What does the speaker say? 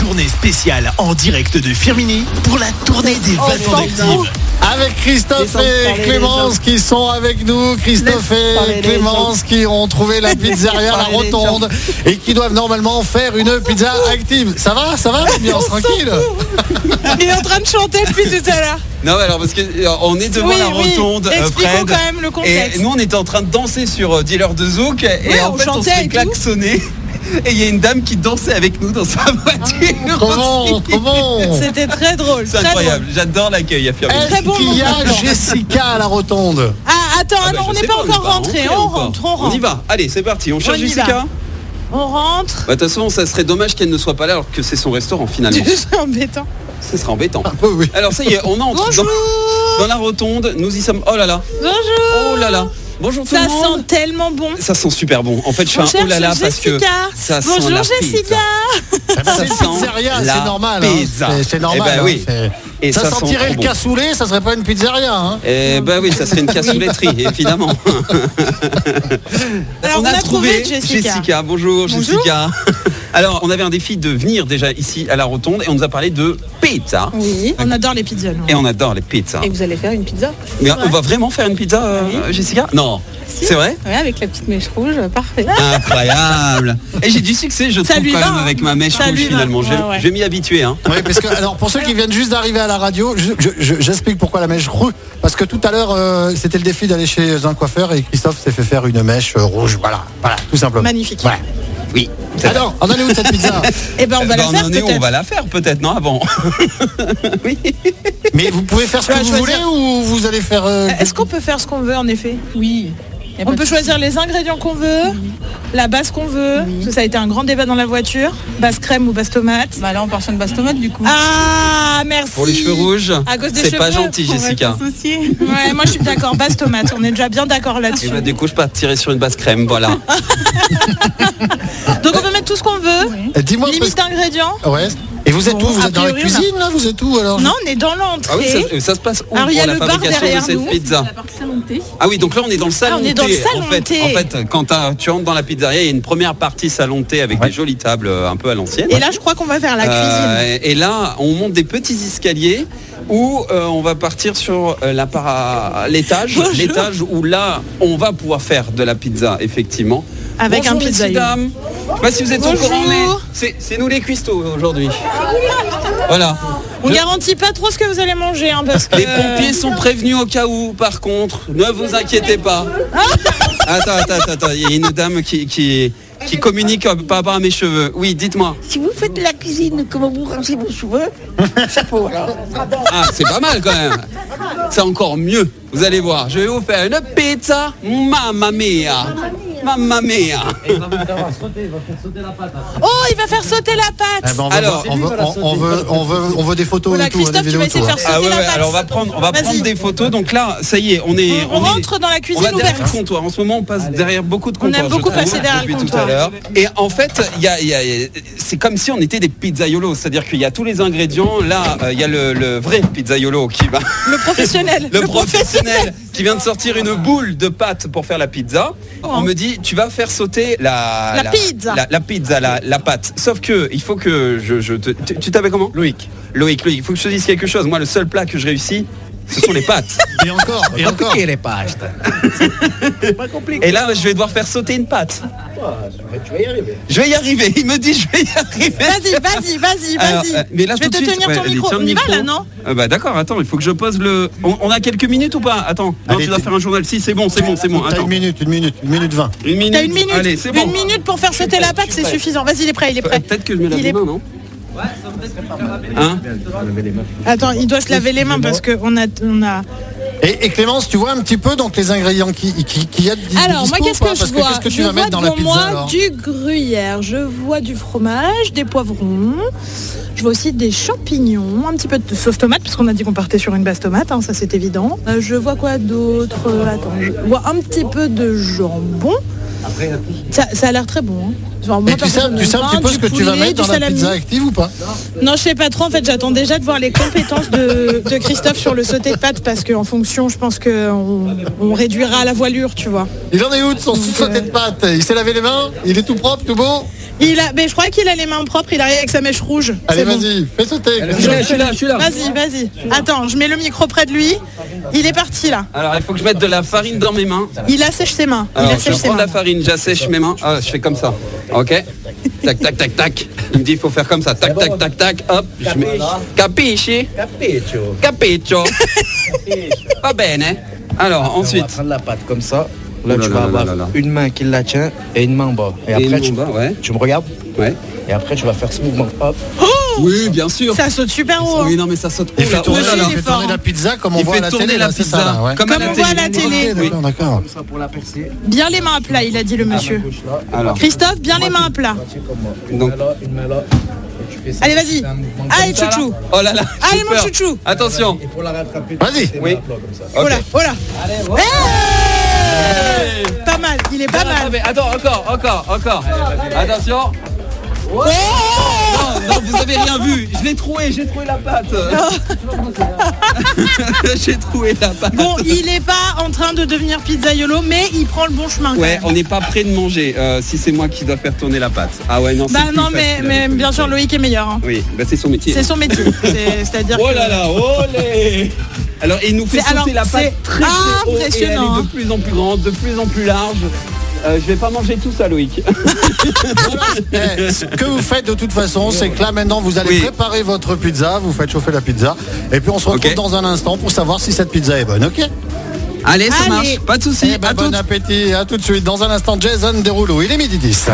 journée spéciale en direct de Firmini pour la tournée des Oh, on vacances s'en fout. d'actifs. Avec Christophe Laissons parler et les Clémence gens. qui sont avec nous, Christophe Laisse parler et les Clémence qui ont trouvé la pizzeria La parler les Rotonde et qui doivent normalement faire une pizza active. Ça va, ça va l'ambiance, tranquille Il est en train de chanter depuis tout à l'heure. Non, mais alors parce que euh, on est devant Oui, la oui. rotonde, euh, Expliquons Fred. quand même le contexte. Et nous, on était en train de danser sur euh, Dealer de Zouk, et en on fait, on chantait se fait et tout. klaxonner. Et il y a une dame qui dansait avec nous dans sa voiture. Comment aussi. Comment C'était très drôle. Oh. Euh, C'est Ah. très incroyable. J'adore l'accueil à Firmini. très Est-ce bon qu'il y a moment. Jessica à La Rotonde drôle. Ah, attends, Ah ah bah, non, je on sais n'est pas est encore pas rentré. rentré On ou pas rentre, on On y rentre. va. Allez, c'est parti. On cherche y va. Jessica. On rentre. Bah, De toute façon, ça serait dommage qu'elle ne soit pas là alors que c'est son restaurant finalement. C'est embêtant. Ce serait embêtant. Oui, oui. Alors ça y est, on entre dans, Bonjour. dans la rotonde. Nous y sommes. Oh là là. Bonjour. Oh là là. Bonjour tout Ça le monde. sent tellement bon. Ça sent super bon. En fait, je fais On un oh là là cherche parce que Jessica. ça sent Bonjour la Jessica. pizza. Ah bah, Eh ben, Ça C'est une sent pizzeria, la c'est normal. hein. pizza. C'est- C'est normal. Eh ben hein, oui. c'est- Et Ça, ça sent sentirait trop le bon. cassoulet, ça serait pas une pizzeria. hein. Eh ben oui, ça serait une cassouletterie, évidemment. Alors, on a trouvé Jessica. Bonjour, Bonjour. Jessica. Alors, on avait un défi de venir déjà ici à la rotonde et on nous a parlé de pizza. Oui, on adore les pizzas. nous. Et on adore les pizzas. Et vous allez faire une pizza Mais on va vraiment faire une pizza, Ah euh, Jessica Non. Si. C'est vrai Ouais, avec la petite mèche rouge, parfait. Ah. Incroyable. Et j'ai du succès, je Ça trouve lui quand va, même hein. avec ma mèche Ça rouge lui va. finalement. Je vais- Ouais, ouais. Je vais m'y habituer. Hein. Oui, parce que alors pour ceux qui viennent juste d'arriver à la radio, je- je- je- j'explique pourquoi la mèche rouge. Parce que tout à l'heure, euh, c'était le défi d'aller chez un coiffeur et Christophe s'est fait faire une mèche euh, rouge. Voilà, voilà, tout simplement. Magnifique. Ouais. Oui. c'est Alors, on en est où de cette pizza Eh ben, on va Bah, la on faire en est où on peut-être. va la faire peut-être, non Avant. Mais vous pouvez faire ce que Tu vas vous voulez choisir. ou vous allez faire. euh, Est-ce qu'on peut faire ce qu'on veut en effet Oui. Y a pas On de peut choisir les ingrédients qu'on veut, la base qu'on veut. parce que Ça a été un grand débat dans la voiture. Base crème ou base tomate. souci. Bah là, on part sur une base tomate du coup. Ah, merci. Pour les cheveux rouges, À cause des c'est pas cheveux, gentil, On va Jessica. s'associer. Ouais, moi je suis d'accord. Base tomate. On est déjà bien d'accord Et là-dessus. bah, du coup, je partirai sur une base crème, voilà. Donc on peut mettre tout ce qu'on veut. euh, Dis-moi. Limite parce- d'ingrédients. Ouais. Et vous êtes Bon, où Vous a êtes dans la priori, on a- cuisine là Vous êtes où alors Non, on est dans Ah oui, l'entrée. ça, ça se passe où Alors, il y a pour la le bar fabrication derrière de cette nous. pizza La partie montée. Ah oui, donc là, on est dans le salon Ah, on est dans le thé. salon en fait, thé. En fait, quand t'as- tu entres dans la pizzeria, il y a une première partie salon thé avec des jolies tables euh, un peu à l'ancienne. Et là, je crois qu'on va vers la cuisine. Euh, et là, on monte des petits escaliers où euh, on va partir sur euh, la para- l'étage, Bonjour. l'étage où là, on va pouvoir faire de la pizza, effectivement. Avec un Bonjour, pizzaïo. messieurs, dames. Je sais pas si vous êtes au Bonjour. courant, mais c'est- c'est nous les cuistots aujourd'hui. Voilà. On Je- garantit pas trop ce que vous allez manger, hein, parce que. les pompiers sont prévenus au cas où, par contre, ne vous inquiétez pas. Attends, attends, attends, attends, il y a une dame qui, qui, qui communique par rapport à mes cheveux. Oui, dites-moi. Si vous faites de la cuisine, comment vous rincez vos cheveux Chapeau alors. Ah, c'est pas mal quand même. C'est encore mieux. Vous allez voir. Je vais vous faire une pizza. Mamma mia. Mamma mia. Oh, il va faire sauter la Eh Ah pâte. ben, on veut- Alors, on veut, on- on veut, on veut, on veut des photos Voilà, et tout, des Christophe, tu vidéos vas et tout, essayer de ouais. faire Ah sauter ouais, la ouais, pâte. alors on va prendre, on va Vas-y. prendre des photos. Donc là, ça y est, on est. On est- rentre dans la On va cuisine derrière le ouverte. comptoir. En ce moment, on passe derrière beaucoup de On aime comptoirs. je beaucoup trouve, passer derrière le depuis comptoir. tout à l'heure. Et en fait, il y a- il y a- c'est comme si on était des pizzaiolos. C'est-à-dire qu'il y a tous les ingrédients. Là, euh, il y a le, le vrai pizzaiolo qui va. Le professionnel. Le, professionnel qui vient de sortir une boule de pâte pour faire la pizza. On me dit, tu vas faire sauter la, Oh. La pizza. la, la pizza, la, la pâte. Sauf que il faut que je, je te- tu tu t'appelles comment Loïc. Loïc, Loïc, il faut que je te dise quelque chose. Moi, le seul plat que je réussis, ce sont les pâtes. Et encore, et encore. Et là, je vais devoir faire sauter une pâte. Ah, Tu vas y arriver. Je vais y arriver. Il me dit, je vais y arriver. Vas-y, vas-y, vas-y, Alors, vas-y. euh, mais là, je vais tout te de suite, tenir ouais, ton allez, micro. tiens On le y va micro. là, non Euh, bah, D'accord, attends, il faut que je pose le. On, on a quelques minutes ou pas Attends, non, Allez, tu dois t'es- faire un journal. Si, c'est bon, c'est bon, c'est bon. T'as Attends, une minute, une minute, une minute vingt. une minute. T'as une minute. Mmh. Allez, c'est bon. Une minute pour faire sauter la pâte, c'est suffisant. Vas-y, il est prêt, il est Euh, prêt. Peut-être que je me lave Il les est- mains, non Hein Attends, il doit se laver les mains parce qu'on a, on a. Et, et Clémence, tu vois un petit peu donc les ingrédients qui qui, qui y a de- Alors, dispo moi, ou qu'est-ce pas que je Parce vois qu'est-ce que tu Je vas vois mettre dans la devant pizza moi alors du gruyère, je vois du fromage, des poivrons, je vois aussi des champignons, un petit peu de sauce tomate, parce qu'on a dit qu'on partait sur une base tomate, hein, ça c'est évident. Euh, je vois quoi d'autre Attends, je vois un petit peu de jambon. Ça, ça a l'air très bon. hein. Genre, moi, Et tu sais, tu sais un personnellement, petit peu ce que du tu vas poulet, mettre du dans la salami. pizza active ou pas Non, je sais pas trop. En fait, j'attends déjà de voir les compétences de, de Christophe sur le sauté de pâte parce qu'en fonction, je pense qu'on on réduira la voilure, tu vois. Euh. Il en est où de son sauté de pâte Il s'est lavé les mains Il est tout propre, tout beau Il a, mais je crois qu'il a les mains propres, il arrive avec sa mèche rouge. Allez, C'est bon. vas-y, fais sauter. Je suis là, je suis là, je suis là. Vas-y, vas-y. Attends, je mets le micro près de lui. Il est parti là. Alors il faut que je mette de la farine dans mes mains. Il assèche ses mains. Il Alors, Ah, je assèche ses prends de mains. la farine, j'assèche mes mains. Ah, je fais comme ça. Ok. Tac, tac, tac, tac. Il me dit, il faut faire comme ça. Tac, tac, tac, tac. Hop. Je mets. Capisci Capeccio. Capiccio Va bene. hein. Alors, Ah, On va ensuite. prendre la pâte comme ça. Là, Ouh là tu là vas là avoir là là. une main qui la tient et une main en bas. Et, Et une après, tu, main en bas, ouais. tu me regardes Ouais. et après, tu vas faire ce mouvement. Bah, Hop. Oui, bien sûr. Oh Ça saute super haut. hein. Oui, non, mais ça saute. Il Oh fait là, tourner, oh là il là. fait fort, tourner hein. la pizza comme on Il voit à fait la tourner télé. la là, c'est pizza ça, là, ouais. comme à Comme la on voit à la télé. télé. Oui. D'accord, d'accord. Ça pour la percer. Bien les mains à plat, il a dit Ah, le monsieur. bah, Bouche là. Ah, Alors, Christophe, bien les mains à plat. Tu es comme moi. Une Donc. main là, une main là. Et tu fais ça. Allez, vas-y. C'est un mouvement comme Allez, ça, là. chouchou. oh là là. j'ai Allez, mon peur. chouchou. Attention. Et pour la rattraper, Vas-y. Oui. Oui. Comme ça. Ok. Oh là, oh là. Hey Pas mal, il est pas Bien mal. rattrapé. Ah, Attends, encore, encore, encore. Attention. Non, non, vous avez rien vu. Je l'ai troué, j'ai trouvé la pâte. j'ai trouvé la pâte. Bon, il est pas en train de devenir pizzaïolo, mais il prend le bon chemin. quand Ouais, même. on n'est pas prêt de manger euh, si c'est moi qui dois faire tourner la pâte. Ah ouais, non, c'est Bah plus non, facile mais, avec mais le bien sûr, micro. Loïc est meilleur. hein. Oui, bah c'est son métier. C'est son métier. C'est- C'est-à-dire. Oh que- là là, olé Alors, il nous fait C'est- sauter alors, la pâte c'est très, très haut et elle est impressionnant, hein. de plus en plus grande, de plus en plus large. Euh, je vais pas manger tout ça, Loïc. Eh, ce que vous faites de toute façon, c'est que là maintenant vous allez Oui. préparer votre pizza, vous faites chauffer la pizza, et puis on se retrouve Ok. dans un instant pour savoir si cette pizza est bonne, ok Allez, ça Allez. marche, pas de soucis. Eh ben, à Bon toutes. appétit, à tout de suite. Dans un instant, Jason Derulo, il est midi 10.